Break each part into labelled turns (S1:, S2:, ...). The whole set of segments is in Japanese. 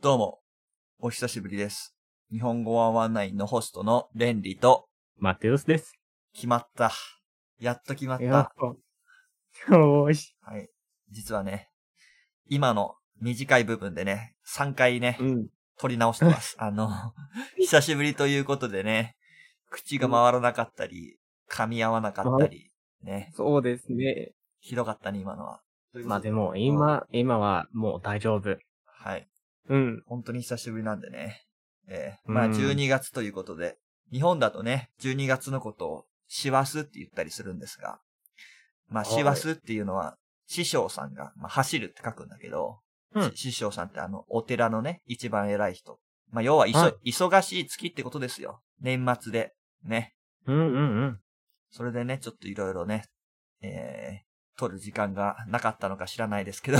S1: どうも、お久しぶりです。日本語109のホストのレンリと、
S2: マテウスです。
S1: 決まった。やっと決まっ。
S2: やったと。よーし。
S1: はい。実はね、今の短い部分でね、3回ね、
S2: ん。
S1: 撮り直してます。 あの、久しぶりということでね、口が回らなかったり、噛み合わなかったり、ね、
S2: そうですね。
S1: ひどかったね、今のは。
S2: まあでも、今、今はもう大丈夫。
S1: はい。
S2: うん。
S1: 本当に久しぶりなんでね。えー
S2: うん
S1: まあ12月ということで、日本だとね、12月のことを、師走って言ったりするんですが、まあ
S2: はい
S1: 師走っていうのは、師匠さんが、まあ走るって書くんだけど、
S2: うん
S1: し師匠さんってあの、お寺のね、一番偉い人。まあ要は、いそ
S2: はい
S1: 忙しい月ってことですよ。年末で、ね。
S2: うんうんうん。
S1: それでね、ちょっといろいろね、えー、撮る時間がなかったのか知らないですけど、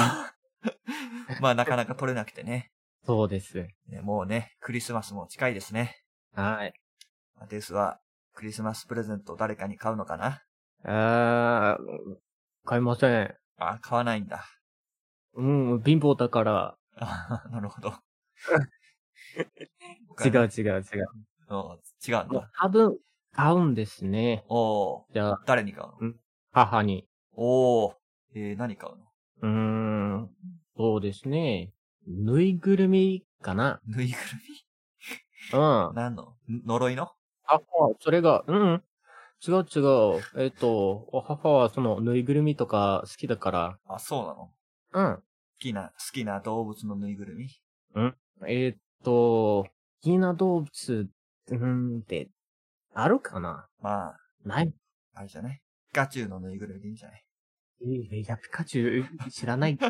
S1: まあなかなか撮れなくてね。
S2: そうです。
S1: ねもうね、クリスマスも近いですね。
S2: はい。
S1: マテウスは、クリスマスプレゼントを誰かに買うのかな
S2: あー、買いません。
S1: あ、買わないんだ。
S2: うん、貧乏だから。
S1: あなるほど。
S2: 違う違う違う。
S1: お。違うんだ。
S2: 多分、買うんですね。
S1: おー
S2: じゃあ、
S1: 誰に買うの
S2: 母に。
S1: おお。えー、何買うの
S2: うーん、そうですね。ぬいぐるみかな
S1: ぬいぐる
S2: うん。
S1: み何のん呪いの
S2: 母は、それが、うんうん。違う違う。えっ、と、お母はそのぬいぐるみとか好きだか
S1: あ、そうなの好
S2: ら。
S1: きな、好きな動物のぬいぐるみ
S2: うん。えっ、と、好きな動物、うーんって、あるかな
S1: まあ、
S2: ない
S1: あれじゃないピカチュウのぬいぐるみでいいんじゃない
S2: いや、ピカチュウ、知らない。
S1: ち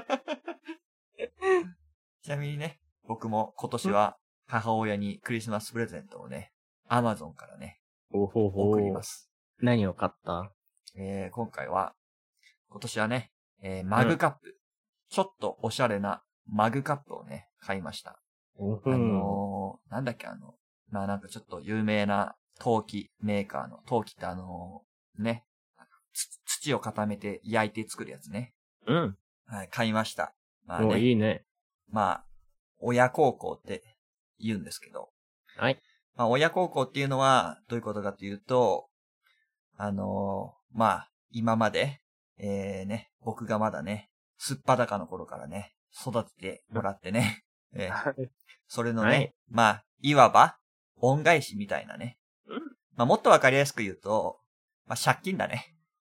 S1: なみにね、僕も今年は母親にクリスマスプレゼントをね、アマゾンからね、
S2: おほほ
S1: 送ります。
S2: 何を買った
S1: えー、今回は、今年はね、えー、マグカップ、ちょっとおしゃれなマグカップをね、買いました。
S2: お
S1: あのー、なんだっけ、あの、まあなんかちょっと有名な陶器メーカーの、陶器ってあのー、ね、つ土を固めて焼いて作るやつね。
S2: うん。
S1: はい、買いました。まあ
S2: お、
S1: ね、
S2: いいね。
S1: まあ、親孝行って言うんですけど。
S2: はい。
S1: まあ、親孝行っていうのは、どういうことかというと、あのーまあ、今まで、えー、ね、僕がまだね、すっぱだかの頃からね、育ててもらってね、 えーそれのね、
S2: はい
S1: まあ、いわば、恩返しみたいなね
S2: うん。
S1: まあ、もっとわかりやすく言うと、まあ、借金だね。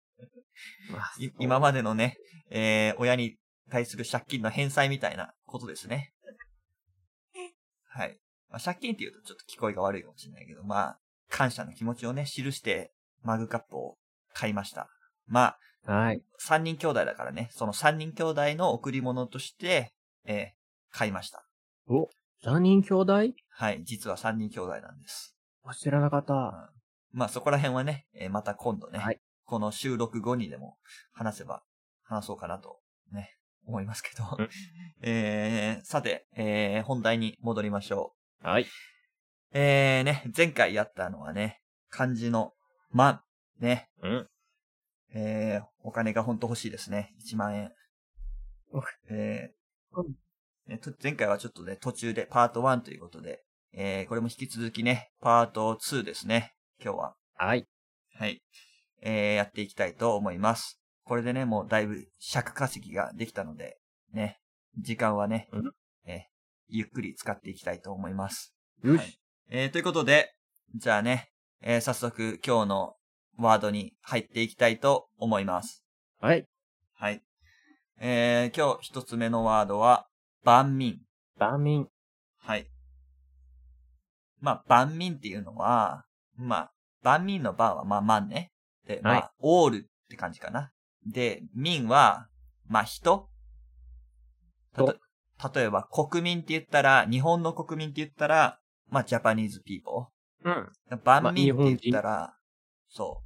S1: い今までのね、えー、親に対する借金の返済みたいなことですね。はい。まあ、借金って言うとちょっと聞こえが悪いかもしれないけど、まあ、感謝の気持ちをね、記して、マグカップを買いました。まあ、
S2: はい。
S1: 三人兄弟だからね、その三人兄弟の贈り物として、えー、買いました。
S2: 三人兄弟
S1: はい、実は三人兄弟なんです。
S2: お知らなかった。
S1: まあ、そこら辺はね、えーまた今度ね、
S2: はい
S1: この収録後にでも話せば、話そうかなと、ね、思いますけど
S2: うん。
S1: えー、さて、えー、本題に戻りましょ
S2: はい。
S1: う。えー、ね、前回やったのはね、漢字の万、ね、
S2: うん。
S1: えー、お金がほんと欲しいですね。1万円
S2: お。
S1: え
S2: う
S1: ー、ねと前回はちょっとね、途中でパート1ということで、えー、これも引き続きね、パート2ですね、今日は。
S2: はい。
S1: はい。えー、やっていきたいと思います。これでね、もうだいぶ尺稼ぎができたので、ね、時間はね
S2: うん、
S1: えーゆっくり使っていきたいと思います。
S2: よ
S1: はい。えー、ということで、じゃあね、えー早速今日のワードに入っていきたいと思います。
S2: はい。
S1: はい。えー、今日一つ目のワードは、万民。
S2: バーミン。
S1: はい。まあ、万民っていうのは、まあ、万民の万は、まあ、万ね。で、まあ、
S2: はい
S1: オールって感じかな。で、民は、まあ、人。たと、例えば、国民って言ったら、日本の国民って言ったら、まあ、ジャパニーズピーポ
S2: うん。
S1: ー。万民って言ったら、そ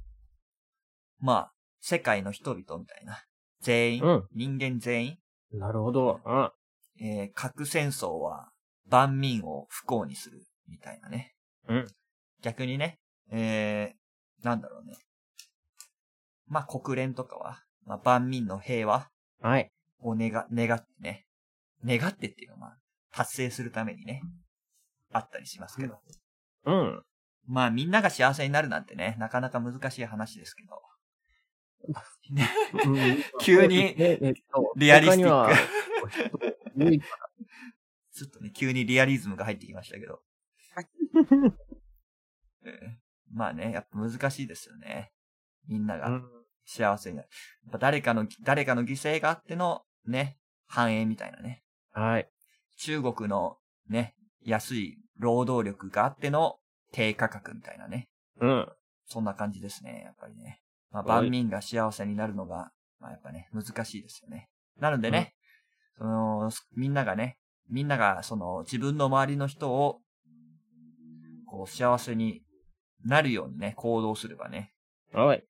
S1: う。まあ、世界の人々みたいな。全員、
S2: うん
S1: 人間全員
S2: なるほど。うん。
S1: えー核戦争は万民を不幸にする、みたいなね。
S2: うん
S1: 逆にね、えー、なんだろうね。まあ、国連とかは、まあ、万民の平和
S2: はい。
S1: を願、願ってね。願ってっていうか、まあ、達成するためにね、あったりしますけど。
S2: うん。
S1: まあみんなが幸せになるなんてね、なかなか難しい話ですけど。
S2: うん
S1: 急に
S2: ねえっと
S1: リアリスティック
S2: 他には
S1: ちょっとね、急にリアリズムが入ってきましたけど。うんまあね、やっぱ難しいですよね。みんな
S2: う
S1: が
S2: ん
S1: 幸せになる。やっぱ誰かの、誰かの犠牲があっての、ね、繁栄みたいなね。
S2: はい。
S1: 中国のね、安い労働力があっての低価格みたいなね。
S2: うん。
S1: そんな感じですね、やっぱりね。まあ、
S2: はい
S1: 万民が幸せになるのが、まあ、やっぱね、難しいですよね。なのでね、その、すみんながね、みんなが、その、自分の周りの人を、こう、幸せになるようにね、行動すればね、
S2: はい。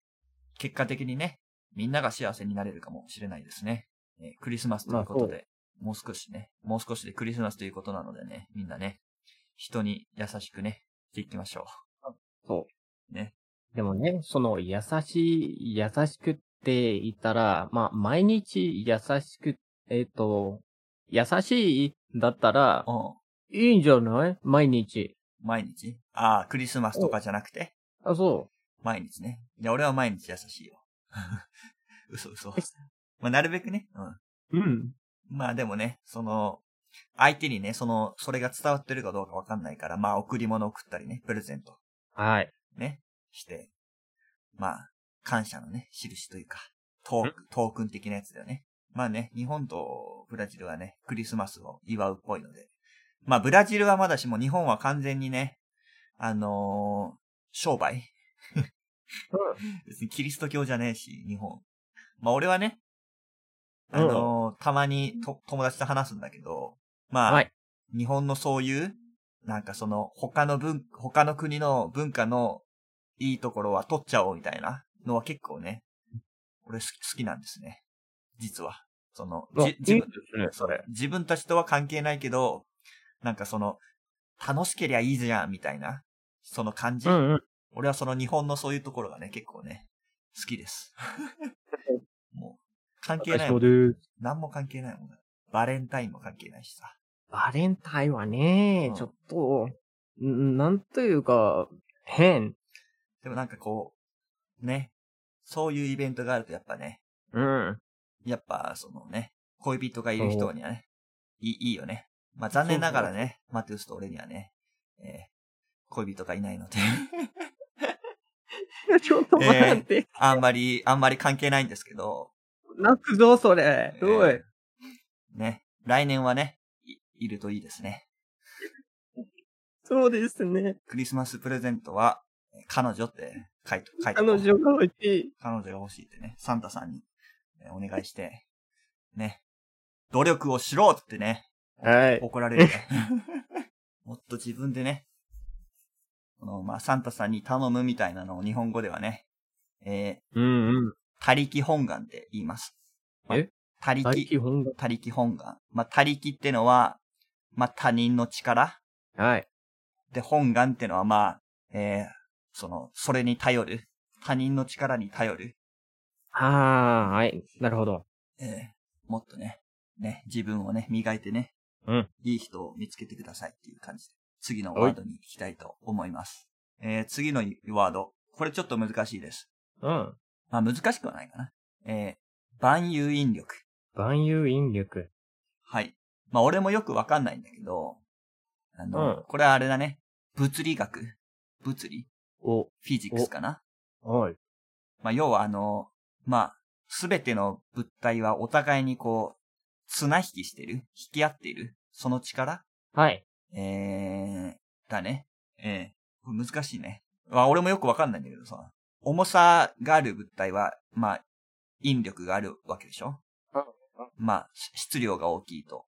S1: 結果的にね、みんなが幸せになれるかもしれないですね。えークリスマスということで、もう少しね、もう少しでクリスマスということなのでね、みんなね、人に優しくね、していきましょう。
S2: でもね、その、優しい、優しくって言ったら、まあ、毎日優しく、えっ、と、優しいだったら、
S1: う
S2: いいんじゃない毎日。
S1: ん。毎日ああ、クリスマスとかじゃなくて
S2: あ、そ
S1: 毎日ね。いや、俺は毎日優しいよ。 嘘嘘。まあ、なるべくね。う
S2: う。うん。
S1: ん。まあでもね、その、相手にね、その、それが伝わってるかどうかわかんないから、まあ贈り物送ったりね、プレゼント、
S2: はい。
S1: ね、して、まあ、感謝のね、印というか、トーク、トークン的なやつだよね。まあね、日本とブラジルはね、クリスマスを祝うっぽいので。まあ、ブラジルはまだしも日本は完全にね、あのー商売 別にキリスト教じゃねえし、日本。まあ俺はね、あのーたまにと友達と話すんだけど、まあ、
S2: はい
S1: 日本のそういう、なんかその、他の文、他の国の文化のいいところは取っちゃおうみたいなのは結構ね、俺好き好きなんですね。実は。その、
S2: あい
S1: じ自分、
S2: すね、それ。
S1: 自分たちとは関係ないけど、なんかその、楽しけりゃいいじゃん、みたいな、その感じ。
S2: うんうん。
S1: 俺はその日本のそういうところがね、結構ね、好き です。もう、関係ない
S2: 私も。です。
S1: 何も関係ないもんな。バレンタインも関係ないしさ。
S2: バレンタインはね
S1: う、ん
S2: ちょっと、んなんというか、変。
S1: でもなんかこう、ね、そういうイベントがあるとやっぱね、
S2: うん。
S1: やっぱそのね、恋人がいる人にはね、いいいいよね。まあ残念ながらね、マテウスと俺にはね、えー恋人がいないので、
S2: ちょっと待って。
S1: あんまり、あんまり関係ないんですけど、
S2: 泣くぞ、それ。
S1: えー
S2: おい。
S1: ね、来年はね、いいるといいですね。
S2: そうですね。
S1: クリスマスプレゼントは、えー彼女って書いと、書いと
S2: 彼
S1: こう
S2: 女が欲しい。
S1: 彼女が欲しいってね、サンタさんに、えーお願いして、ね、努力をしろってね、
S2: はい。
S1: 怒られるね。 もっと自分でね、この、まあ、サンタさんに頼むみたいなのを日本語ではね、え
S2: うんうん。
S1: ー、他力本願って言います。まあ
S2: え
S1: 他力、
S2: 大基本が。
S1: 他力本願。まあ、他力ってのは、まあ、他人の力。
S2: はい。
S1: で、本願ってのは、まあ、えー、その、それに頼る。他人の力に頼る。
S2: ああ、はい。なるほど。
S1: えー、もっとね、ね、自分をね、磨いてね、
S2: うん。
S1: いい人を見つけてくださいっていう感じで、次の
S2: はい
S1: ワードに行きたいと思います。えー、次のワード。これちょっと難しいです。
S2: うん。
S1: まあ難しくはないかな。えー、万有引力。
S2: 万有引力。
S1: はい。まあ俺もよくわかんないんだけど、あの、
S2: うん
S1: これはあれだね。物理学。物理
S2: お、
S1: フィジックスかな
S2: はい。
S1: まあ要はあの、まあ、すべての物体はお互いにこう、綱引きしてる引き合っているその力
S2: はい。
S1: えー、だね。えー、これ難しいね。あ、俺もよくわかんないんだけどさ。重さがある物体は、まあ、引力があるわけでしょ
S2: うんうん
S1: まあ、し質量が大きいと。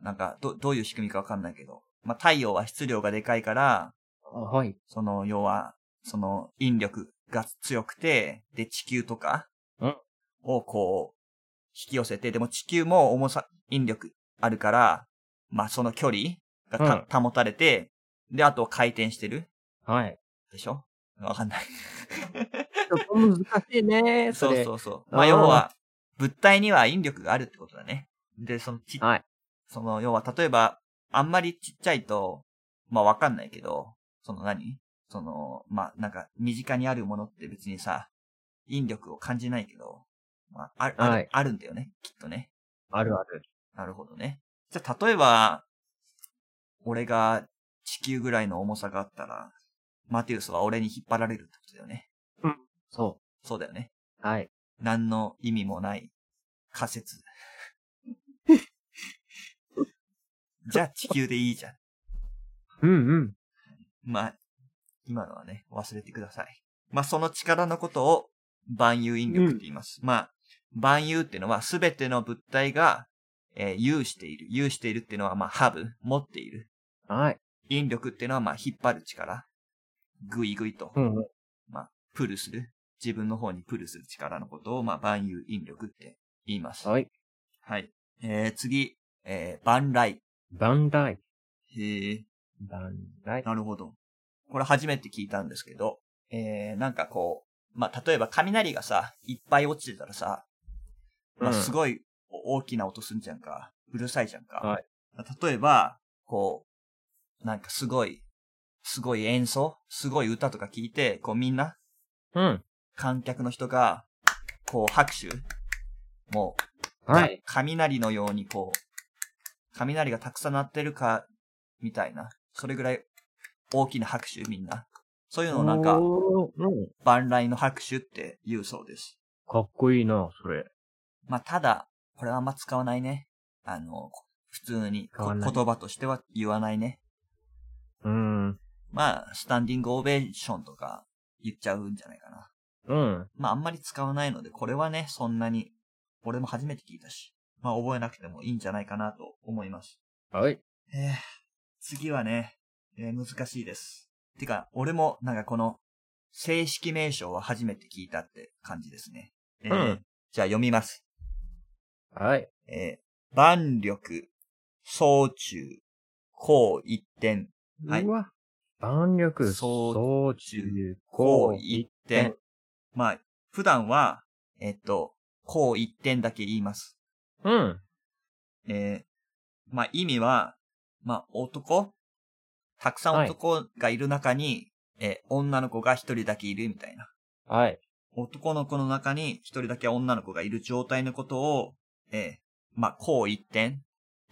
S1: なんか、ど、どういう仕組みかわかんないけど。まあ、太陽は質量がでかいから、
S2: はい。
S1: その、要は、その、引力が強くて、で、地球とか
S2: うん、
S1: をこう、引き寄せて、でも地球も重さ、引力あるから、まあ、その距離がた保たれて、で、あと回転してる
S2: はい。
S1: でしょわかんない。
S2: ちょっと難しいね、 そ
S1: そ
S2: れ。
S1: うそうそう。まあ、
S2: あー
S1: 要は、物体には引力があるってことだね。で、そのち、
S2: はい
S1: その、要は、例えば、あんまりちっちゃいと、まあわかんないけど、その何その、まあなんか身近にあるものって別にさ、引力を感じないけど、まあ、ある、ある
S2: はい
S1: あるんだよね、きっとね。
S2: あるある。
S1: なるほどね。じゃあ、例えば、俺が地球ぐらいの重さがあったら、マテウスは俺に引っ張られるってことだよね。
S2: そ
S1: そうだよね。
S2: う。はい。
S1: 何の意味もない仮 説。じゃあ地球でいいじゃん。
S2: うんうん。
S1: まあ、今のはね、忘れてください。まあその力のことを万有引力って言います。まあ、万有っていうのはすべての物体が、えー有している。有しているっていうのはまあハブ、持っている。
S2: はい。
S1: 引力っていうのはまあ引っ張る力。ぐいぐいと、
S2: うんうん。
S1: まあ、プルする。自分の方にプルする力のことをまあ万有引力って言います。
S2: はい。
S1: はい。えー、次、えー、万来。
S2: バンライ。
S1: へえ。
S2: バンライ。
S1: なるほど。これ初めて聞いたんですけど、えー、なんかこう、まあ、例えば雷がさ、いっぱい落ちてたらさ、まあ、
S2: うん
S1: すごいお大きな音すんじゃんか。うるさいじゃんか。
S2: はい
S1: 例えば、こう、なんかすごい、すごい演奏すごい歌とか聞いて、こうみんな、
S2: うん。
S1: 観客の人が、こう拍手もう、
S2: はい。
S1: 雷のようにこう、雷がたくさん鳴ってるか、みたいな。それぐらい大きな拍手、みんな。そういうのをなんか、
S2: おーうん。
S1: 万来の拍手って言うそうです。
S2: かっこいいな、それ。
S1: まあ、ただ、これはあんま使わないね。あの、こ普通にこ
S2: 使わない
S1: 言葉としては言わないね。
S2: うん。
S1: まあ、スタンディングオベーションとか言っちゃうんじゃないかな。
S2: うん。
S1: まあ、あんまり使わないので、これはね、そんなに、俺も初めて聞いたし、まあ、覚えなくてもいいんじゃないかなと思います。
S2: はい。
S1: えー次はね、えー難しいです。てか、俺もなんかこの正式名称は初めて聞いたって感じですね。えー
S2: うん
S1: じゃあ読みます。
S2: はい。
S1: えー万力、総中、高一点、はいう
S2: わ。万力、
S1: 総
S2: 総
S1: 中
S2: 中、
S1: 高
S2: 高
S1: 一
S2: 一
S1: 点
S2: 点。
S1: まあ、普段は、えっと、高一点だけ言います。
S2: うん。
S1: えーまあ意味は、まあ男たくさん
S2: はい
S1: 男がいる中に、えー女の子が一人だけいるみたいな。
S2: はい。
S1: 男の子の中に一人だけ女の子がいる状態のことを、ええまあ、こう一点っ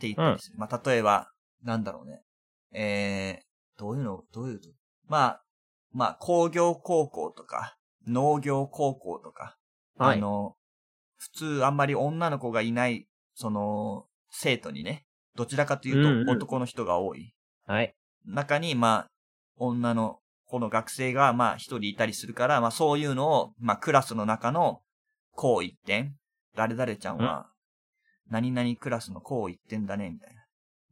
S1: て言ったりする。まあ、例えば、なんだろうね。ええどういうの、どういうと。まあ、まあ、工業高校とか、農業高校とか、
S2: はい。
S1: あの、普通あんまり女の子がいない、その、生徒にね、どちらかという
S2: うんうん
S1: と男の人が多い。
S2: はい。
S1: 中に、まあ、女の子の学生が、まあ、一人いたりするから、まあ、そういうのを、まあ、クラスの中の、こう一点。誰々ちゃんは、何々クラスのこう一点だね、みたいな。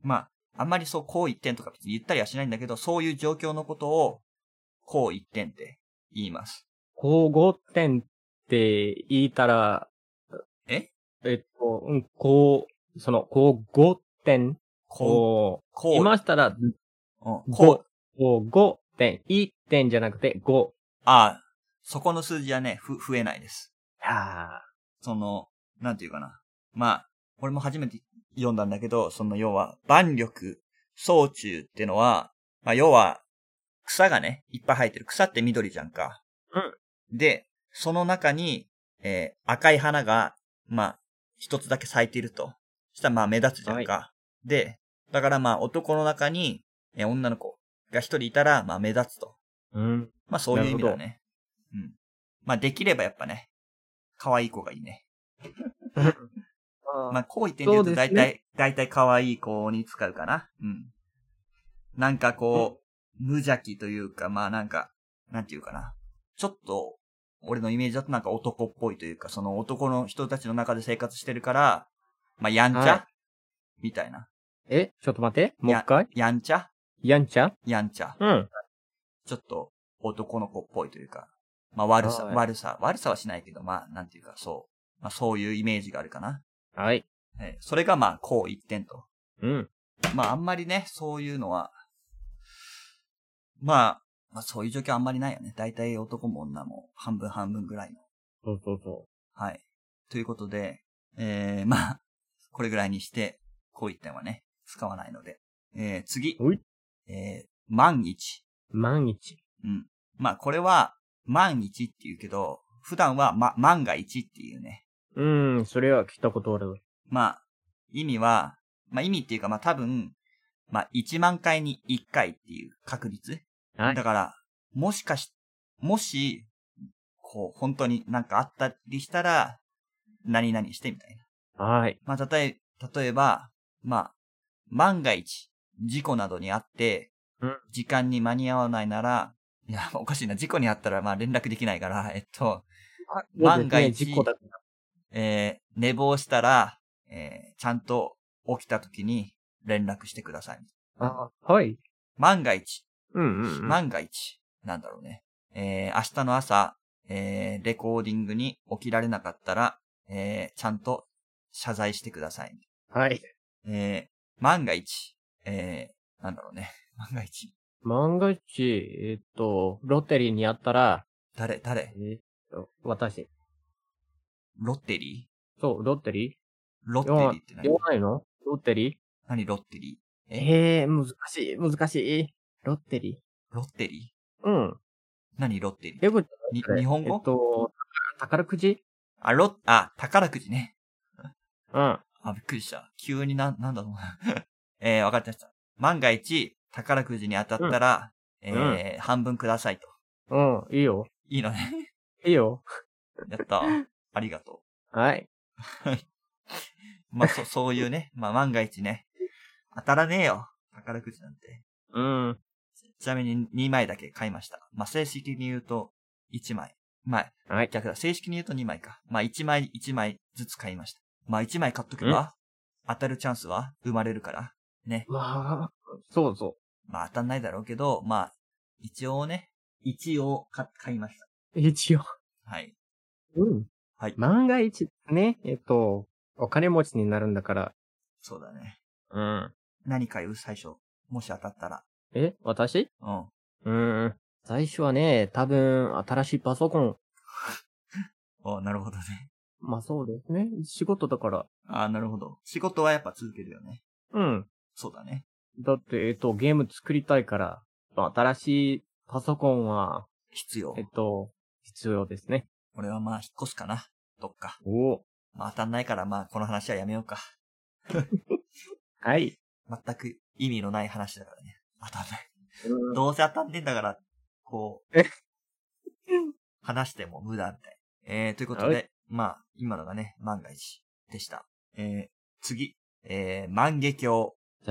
S1: まあ、あんまりそう、こう一点とか別に言ったりはしないんだけど、そういう状況のことを、こう一点って言います。
S2: 高五点って言いたら、
S1: え
S2: えっと、うんこう、その、こう5点
S1: こう、
S2: を、
S1: こう、
S2: いましたら、
S1: うん、こ
S2: こ
S1: う、
S2: う、こう5点、1点じゃなくて5。
S1: ああ、そこの数字はね、ふ、増えないです。
S2: あ
S1: その、なんていうかな。まあ、俺も初めて読んだんだけど、その要は、万力、総中ってのは、まあ要は、草がね、いっぱい生えてる。草って緑じゃんか。で、その中に、えー赤い花が、まあ、一つだけ咲いていると。したらまあ目立つじゃんか。で、だからまあ男の中に、えー女の子が一人いたら、まあ目立つと。
S2: ーうん。
S1: まあそういう意味
S2: な
S1: だ
S2: るほど
S1: ね。うん。まあできればやっぱね、可愛い子がいいね。まあこう言って言う
S2: そ
S1: と
S2: うで
S1: 大
S2: すね
S1: 体、大体可愛い子に使うかな。うん。なんかこう、無邪気というか、まあなんか、なんていうかな。ちょっと、俺のイメージだとなんか男っぽいというか、その男の人たちの中で生活してるから、まあやんちゃ、
S2: は
S1: みたいな。
S2: え、ちょっと待って、もう一回
S1: やんちゃ
S2: やんちゃ
S1: やんちゃ。
S2: うん。
S1: ちょっと男の子っぽいというか、まあ悪さ、
S2: はい
S1: 悪さ、悪さはしないけど、まあなんていうかそう、まあそういうイメージがあるかな。
S2: はい。
S1: えーそれがまあこう一点と。
S2: うん。
S1: まああんまりね、そういうのは、まあ、まあそういう状況あんまりないよね。大体男も女も半分半分ぐらいの。
S2: そうそうそ
S1: はい。ということで、えー、まあ、これぐらいにして、こう一点はね、使わないので、ええー、次。
S2: はい
S1: えー、万一。
S2: 万一。
S1: うん。まあ、これは、万一って言うけど、普段は、ま、万が一っていうね。
S2: うん、それは聞いたことある。
S1: まあ、意味は、まあ意味っていうか、まあ多分、まあ1万回に1回っていう確率。
S2: はい
S1: だ。から、もしかし、もし、こう、本当になんかあったりしたら、何々してみたいな。
S2: はい。
S1: まあ、たとえ、例えば、まあ、万が一、事故などにあって
S2: うん、
S1: 時間に間に合わないなら、いや、おかしいな、事故にあったら、まあ連絡できないから、えっと、万が一
S2: 事故だった
S1: えー、寝坊したら、えー、ちゃんと起きた時に連絡してください。
S2: あはい。
S1: 万が一、
S2: うんうん、うん。
S1: 万が一、なんだろうね。えー、明日の朝、えー、レコーディングに起きられなかったら、えー、ちゃんと謝罪してください。
S2: はい。
S1: えー、万が一、えー、なんだろうね。 万が一。
S2: 万が一、えっと、ロッテリーにあったら、
S1: 誰、誰
S2: えっと、私。
S1: ロッテリ
S2: そう、ロッテリ
S1: ーロッ
S2: ー
S1: テリーって
S2: 言
S1: 何
S2: わないのロッテリー
S1: 何ロッテリーえ
S2: ええ難しい、難しい。ロッテリ
S1: ロッテリ
S2: ーうん。
S1: ー何ロッテリー
S2: 英語じ
S1: に
S2: ゃなくて
S1: 日本語
S2: えっと、宝くじ
S1: あ、ロッ、あ、宝くじね。
S2: うん。
S1: あ、びっくりした。急にな、なんだろう な。えー、わかりました。万が一、宝くじに当たったら、
S2: ん
S1: えー半分くださいと。
S2: うん、いいよ。
S1: いいの ね。
S2: いいよ。
S1: やった。ありがと
S2: はい。
S1: う。まあ、そ、そういうね。まあ、万が一ね。当たらねえよ。宝くじなんて。
S2: うん。
S1: ちなみに2枚だけ買いました。まあ、正式に言うと、1枚。まあ、
S2: はい。
S1: 逆だ。正式に言うと2枚か。まあ、1枚、1枚ずつ買いました。まあ、1枚買っとけば、当たるチャンスは生まれるから。ね。
S2: まあ、そうそ
S1: まあ当たんないだろうけど、まあ、一応ね、一応買買いました。
S2: う。一応。
S1: はい。
S2: うん。
S1: はい
S2: 万が一ね、えっと、お金持ちになるんだから。
S1: そうだね。
S2: うん。
S1: 何買う最初。もし当たったら。
S2: え、私
S1: うん。
S2: うん。最初はね、多分、新しいパソコン。
S1: おなるほどね。
S2: まあそうですね。仕事だから。
S1: ああ、なるほど。仕事はやっぱ続けるよね。
S2: うん。
S1: そうだね。
S2: だって、えっと、ゲーム作りたいから、まあ新しいパソコンは、
S1: 必要
S2: えっ。と、必要ですね。
S1: 俺はまあ引っ越すかな。どっか。
S2: おお。
S1: まあ当たんないからまあこの話はやめようか。
S2: はい。
S1: 全く意味のない話だからね。当たんない。どうせ当たんねえんだから、こう
S2: え、
S1: 話しても無駄みたい。えー、ということで、
S2: は
S1: まあ、今のがね、万が一でした。えー、次、えー、万華鏡。
S2: じ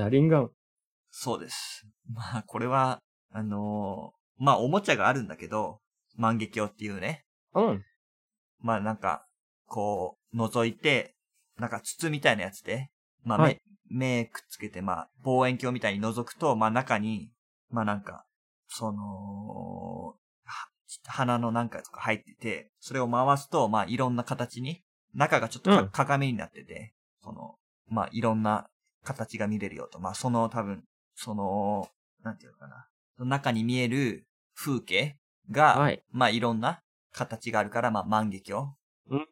S2: ゃリンガン。
S1: そうです。まあ、これは、あのーまあ、おもちゃがあるんだけど、万華鏡っていうね、
S2: うん。
S1: まあなんか、こう、覗いて、なんか筒みたいなやつで、まあ、
S2: はい
S1: 目、目くっつけて、まあ望遠鏡みたいに覗くと、まあ中に、まあなんか、その、は鼻のなんかとか入ってて、それを回すと、まあいろんな形に、中がちょっとか
S2: うん
S1: 鏡になってて、その、まあいろんな形が見れるよと、まあその多分、その、なんていうのかな、中に見える風景が、
S2: はい。
S1: まあいろんな形があるから、まあ万華鏡。
S2: うん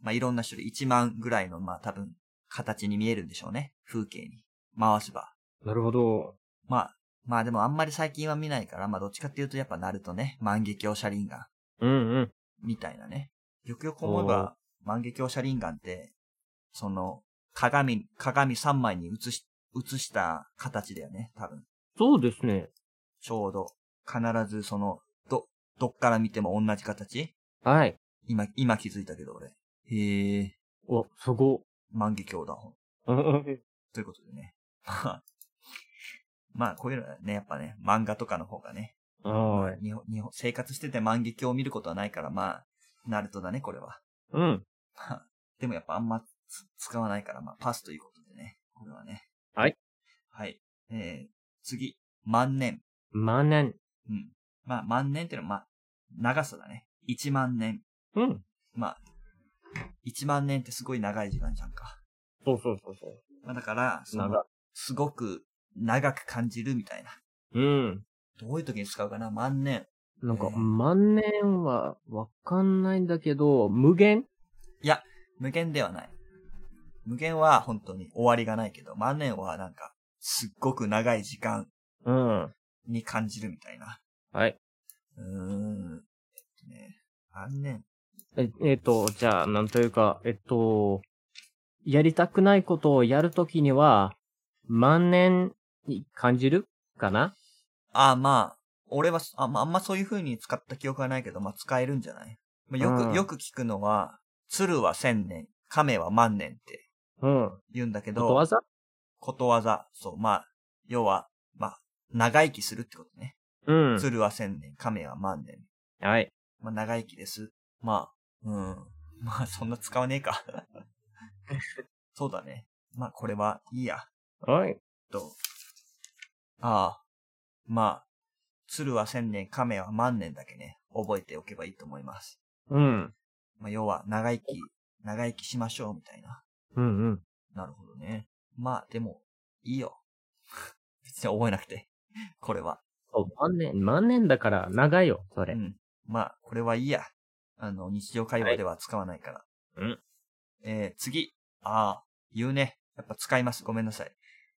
S1: まあいろんな種類、1万ぐらいの、まあ多分、形に見えるんでしょうね。風景に。回せば。
S2: なるほど。
S1: まあ、まあでもあんまり最近は見ないから、まあどっちかっていうとやっぱナルトね。万華鏡車輪眼。
S2: うんうん。
S1: みたいなね。よくよく思えば、万華鏡車輪眼って、その、鏡、鏡3枚に映し、映した形だよね。多分。
S2: そうですね。
S1: ちょうど。必ずその、ど、どっから見ても同じ形
S2: はい。
S1: 今、今気づいたけど俺。へえ、
S2: お、すご。
S1: 万華鏡だ。
S2: うんうん
S1: ということでね。 まあ、まあこういうのはね、やっぱね、漫画とかの方がね、
S2: はい。
S1: 日本、日本、生活してて万華鏡を見ることはないから、まあ、ナルトだね、これは。
S2: うん。
S1: まあでもやっぱあんまつ使わないから、まあパスということでね、これはね。
S2: はい。
S1: はい。えー、次、万年。
S2: 万年。
S1: うん。まあ万年っていうのは、まあ、長さだね。一万年。
S2: うん。
S1: まあ、一万年ってすごい長い時間じゃんか。
S2: そうそうそうそ
S1: まあ、だから、
S2: う。
S1: その、すごく長く感じるみたいな。
S2: うん。
S1: どういう時に使うかな万年。
S2: なんか、
S1: えー
S2: 万年はわかんないんだけど、無限
S1: 無限ではない。無限は本当に終わりがないけど、万年はなんか、すっごく長い時間
S2: うん。
S1: に感じるみたいな。
S2: はい。
S1: うーん。えっとね、残念。
S2: え、えっと、じゃあ、なんというか、えっと、やりたくないことをやるときには、万年に感じるかな
S1: あ、まあ、俺はあ、まあ、あんまそういう風に使った記憶はないけど、まあ使えるんじゃない、まあ、よく、
S2: うん
S1: よく聞くのは、鶴は千年、亀は万年って
S2: うん。
S1: 言うんだけど、
S2: ことわざ
S1: ことわざ。そう、まあ、要は、まあ、長生きするってことね。
S2: うん。
S1: 鶴は千年、亀は万年。
S2: はい。
S1: まあ、長生きです。まあ、うん。 まあ、そんな使わねえ か。そうだね。まあ、これはいいや。
S2: はい。
S1: と。ああ。まあ、鶴は千年、亀は万年だけね、覚えておけばいいと思います。
S2: うん。
S1: まあ、要は、長生き、長生きしましょう、みたいな。
S2: うんうん。
S1: なるほどね。まあ、でも、いいよ。 別に覚えなくて。これは。
S2: そう、万年、万年だから長いよ、そうれ。
S1: ん。まあ、これはいいや。あの、日常会話では使わないから。
S2: うん。
S1: えー、次。ああ、言うね。やっぱ使います。ごめんなさい。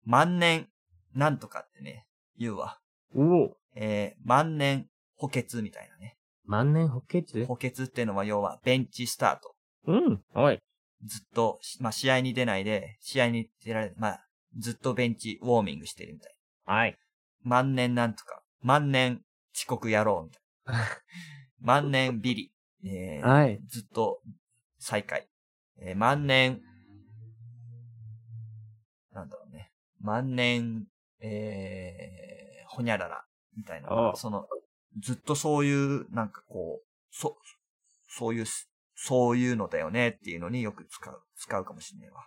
S1: 万年、なんとかってね、言うわ。
S2: おお。
S1: えー、万年補欠みたいなね。
S2: 万年補欠
S1: 補欠ってのは要はベンチスタート。
S2: うん。はい。
S1: ずっと、まあ、試合に出ないで、試合に出られ、まあ、ずっとベンチウォーミングしてるみたい。
S2: はい。
S1: 万年なんとか。万年遅刻やろうみたいな。万年ビリ。えー、
S2: はい。
S1: ずっと再開。えー万年、なんだろうね。万年、えー、ほにゃらら、みたい
S2: あ
S1: な。
S2: あ
S1: その、ずっとそういう、なんかこう、そ、そういうす、そういうのだよねっていうのによく使う、使うかもしんねえわ。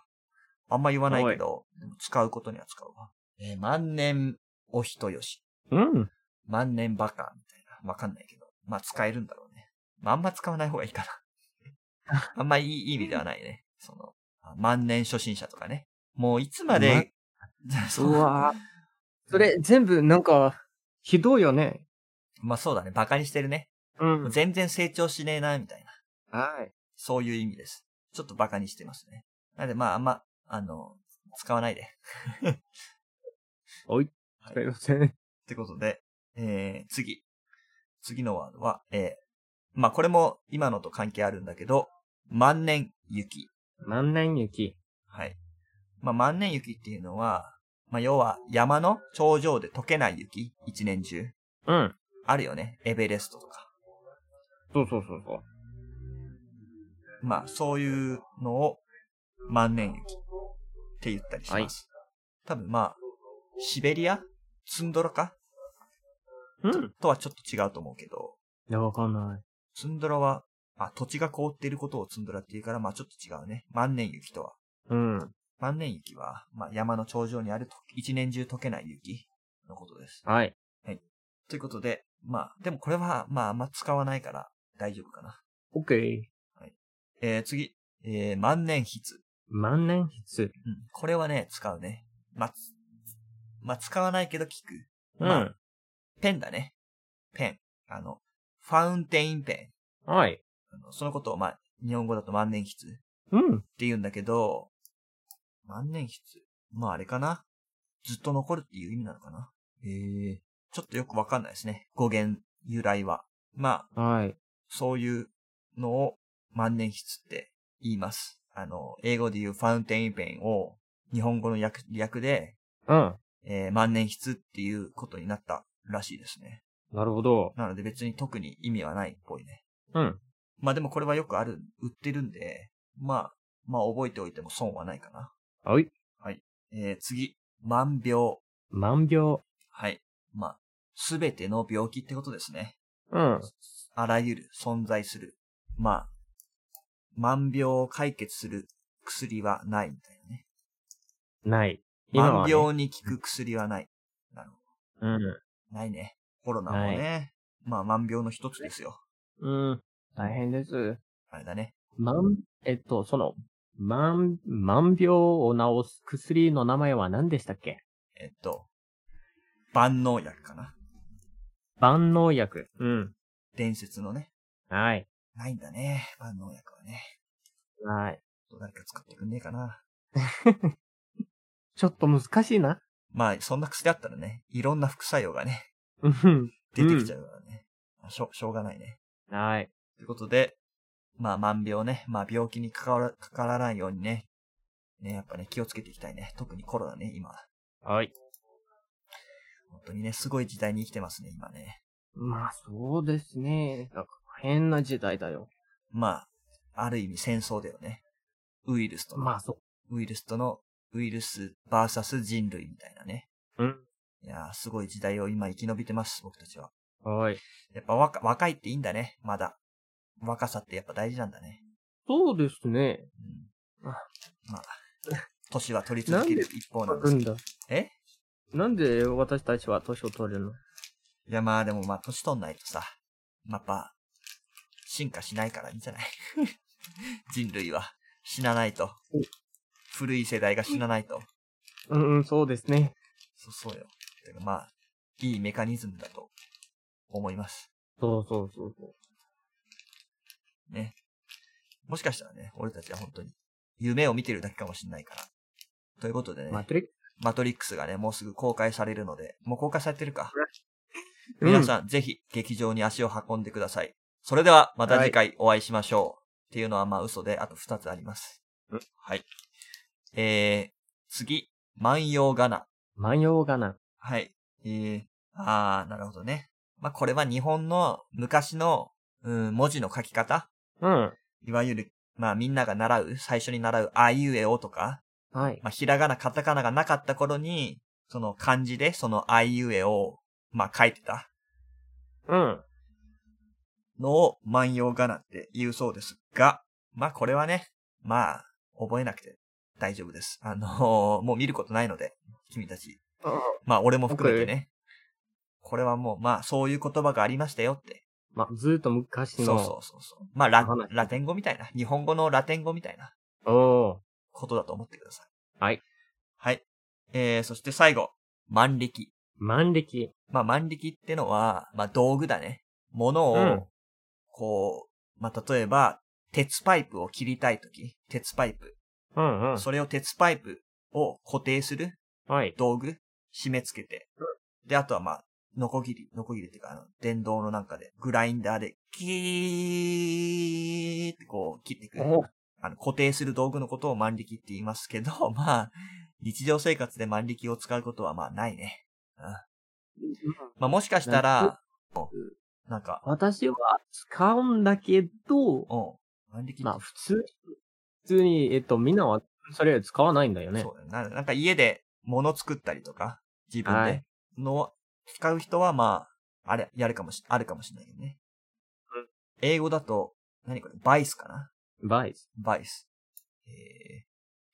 S1: あんま言わないけど、でも使うことには使うわ。えー万年お人よし。
S2: うん。
S1: 万年バカみたいな。わかんないけど。まあ使えるんだろうね。まああんま使わない方がいい かな。あんまいいいい意味ではないね。その、あ万年初心者とかね。もういつまで、 そう
S2: うわぁ。それ、全部、なんか、ひどいよね。
S1: まあそうだね。バカにしてるね。
S2: うん。
S1: 全然成長しねえな、みたいな。
S2: はい。
S1: そういう意味です。ちょっとバカにしてますね。なんでまああんま、あの、使わないで。
S2: おい。
S1: はい
S2: すいません。
S1: ってことで、えー、次。次のワードは、えー、まあこれも今のと関係あるんだけど、万年雪。
S2: 万年雪。
S1: はい。まあ、万年雪っていうのは、まあ、要は山の頂上で溶けない雪、一年中。
S2: うん。
S1: あるよね。エベレストとか。
S2: そうそうそうそう。
S1: まあ、そういうのを万年雪って言ったりします。多分まあ、シベリアツンドラか
S2: うん。
S1: とはちょっと違うと思うけど、
S2: いや、わかんない。
S1: ツンドラは、あ、土地が凍っていることをツンドラって言うから、まあちょっと違うね。万年雪とは。
S2: うん。
S1: 万年雪は、まあ山の頂上にあると一年中溶けない雪のことです。
S2: はい。
S1: ということで、まあ、でもこれは、まあ、あんま使わないから大丈夫かな。
S2: オッケー。
S1: えー、次。えー、万年筆。
S2: 万年
S1: う
S2: 筆。
S1: ん。これはね、使うね。まあ、つまあ、使わないけど聞く。
S2: う
S1: ま
S2: ん。
S1: ペンだね。ペン。あの、ファウンテインペ
S2: はい。
S1: ン。あのそのことを、まあ、日本語だと万年筆って
S2: うん。
S1: 言うんだけど、万年筆。まあ、あれかな。ずっと残るっていう意味なのかな。えー、ちょっとよくわかんないですね。語源、由来は。まあ、
S2: はい。
S1: そういうのを万年筆って言います。あの、英語で言うファウンテインペンを日本語の略略で、
S2: うん。
S1: えー万年筆っていうことになったらしいですね。
S2: なるほど。
S1: なので別に特に意味はないっぽいね。
S2: うん。
S1: まあでもこれはよくある、売ってるんで、まあ、まあ覚えておいても損はないかな。
S2: はい。
S1: えー次、万病。
S2: 万病。
S1: はい。まあ、すべての病気ってことですね。
S2: うん。
S1: あらゆる存在する。まあ、万病を解決する薬はないみたいなね。
S2: ない。今は
S1: 万
S2: ね
S1: 病に効く薬はない。
S2: うん。
S1: ないね。コロナもね。まあ万病の一つですよ。
S2: うん。大変です。
S1: あれだね。
S2: 万、えっと、その、万、万病を治す薬の名前は何でしたっけ
S1: えっと、万能薬かな。
S2: 万能薬。うん。
S1: 伝説のね。
S2: はい。
S1: ないんだね。万能薬はね。
S2: はい。
S1: 誰か使ってくんねえかな。
S2: ちょっと難しいな。
S1: まあ、そんな薬あったらね、いろんな副作用がね、
S2: うん。
S1: 出てきちゃうからね。まあしょしょうがないね。
S2: はい。
S1: ということで、まあ、万病ね、まあ、病気にかからかからないようにね、ね、やっぱね、気をつけていきたいね。特にコロナね、今。
S2: はい。
S1: 本当にね、すごい時代に生きてますね、今ね。
S2: まあ、そうですね。なんか変な時代だよ。
S1: まあ、ある意味戦争だよね。ウイルスとの、
S2: まあ、そ
S1: ウイルスとの、ウイルスバーサス人類みたいなね。
S2: う。うん。
S1: いやー、すごい時代を今生き延びてます、僕たちは。
S2: はい。
S1: やっぱ若若いっていいんだね、まだ。若さってやっぱ大事なんだね。
S2: そうですね。
S1: うん。
S2: あ
S1: まあ、年は取り続ける一方なんで
S2: う
S1: す
S2: んだ。
S1: え
S2: なんで私たちは年を取るの
S1: いやまあでもまあ年取んないとさ、やっぱ、進化しないからいいんじゃ ない人類は死なないと
S2: お。
S1: 古い世代が死なないと。
S2: うんうん、そうですね。
S1: そそうよ。だからまあ、いいメカニズムだと思います。
S2: そうそうそうそう。
S1: ね。もしかしたらね、俺たちは本当に夢を見てるだけかもしれないから。ということでね、
S2: マトリック
S1: マトリックスがね、もうすぐ公開されるので、もう公開されてるか。
S2: ス
S1: 皆さん、ぜひ劇場に足を運んでください。それでは、また次回お会いしましょう。っていうのはまあ嘘で、あと2つあります
S2: うん。
S1: はい。えー、次、万葉仮名。
S2: うん。万葉がな。
S1: はい。えー、あー、なるほどね。まあこれは日本の昔の、うん、文字の書き方
S2: うん。
S1: いわゆる、まあみんなが習う、最初に習う、あいうえおとか、
S2: はい。
S1: まあ、ひらがな、カタカナがなかった頃に、その漢字で、そのあいうえを、まあ、書いてた
S2: うん。
S1: のを万葉仮名って言うそうですが、まあ、これはね、まあ、覚えなくて大丈夫です。あのー もう見ることないので、君たち。まあ、俺も含めてね。これはもう、まあ、そういう言葉がありましたよって。
S2: まあ、ずーっと昔
S1: そう
S2: の。
S1: そうそうそう。まあラ
S2: 話、
S1: ラテン語みたいな。日本語のラテン語みたいな
S2: う。お
S1: ことだと思ってください。
S2: ー。はい。
S1: はい。えー、そして最後、万力。
S2: 万力。
S1: まあ、万力ってのは、まあ、道具だね。物
S2: う
S1: を
S2: ん、
S1: こう、まあ、例えば、鉄パイプを切りたいとき、鉄パイプ。
S2: うんうん。
S1: それを鉄パイプを固定する
S2: はい。
S1: 道具、締め付けて。で、あとはまあ、ノコギリ、ノコギリっていうか、あの、電動のなんかで、グラインダーで、キーってこう、切っていく。
S2: お
S1: あの、固定する道具のことを万力って言いますけど、 まあ、日常生活で万力を使うことはまあないね。まあもしかしたら、なんか、
S2: 私は使うんだけど、
S1: うん。万力って
S2: まあ、普通、普通に、えっと、みんなは、それ使わないんだよね。
S1: そうだよな。なんか家で物作ったりとか、自分
S2: は
S1: で
S2: い
S1: の、使う人はまあ、あれ、やるかもし、あるかもしれないけどね。
S2: うん
S1: 英語だと、何これバイスかな
S2: バイス。
S1: バイス。えー、っ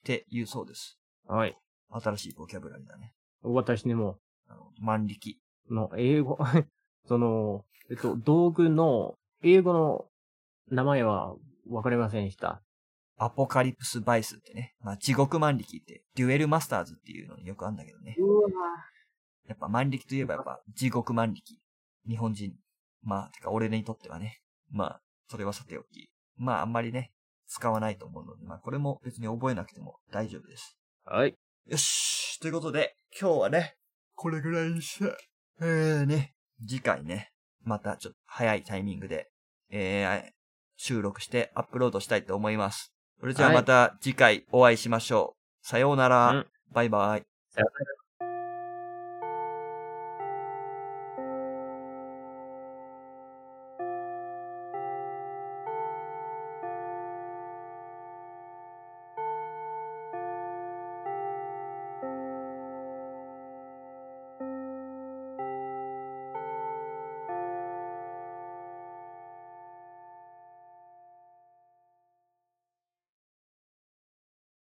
S1: て言うそうです。
S2: はい。
S1: 新しいボキャブラリーだね。
S2: 私にも、
S1: あの万力。
S2: の、英語、 その、えっと、道具の、英語の名前はわかりませんでした。
S1: アポカリプスバイスってね。まあ、地獄万力って、デュエルマスターズっていうのによくあるんだけどね。
S2: うわ
S1: やっぱ万力といえばやっぱ地獄万力。日本人。まあ、てか俺にとってはね。まあ、それはさておき。まあ、あんまりね、使わないと思うので、まあ、これも別に覚えなくても大丈夫です。
S2: はい。
S1: よしということで、今日はね、これぐらいにして、えーね、次回ね、またちょっと早いタイミングで、えー、収録してアップロードしたいと思います。それじゃあ
S2: はい
S1: また次回お会いしましょう。さようなら。
S2: うん
S1: バイバイ。
S2: さよなら。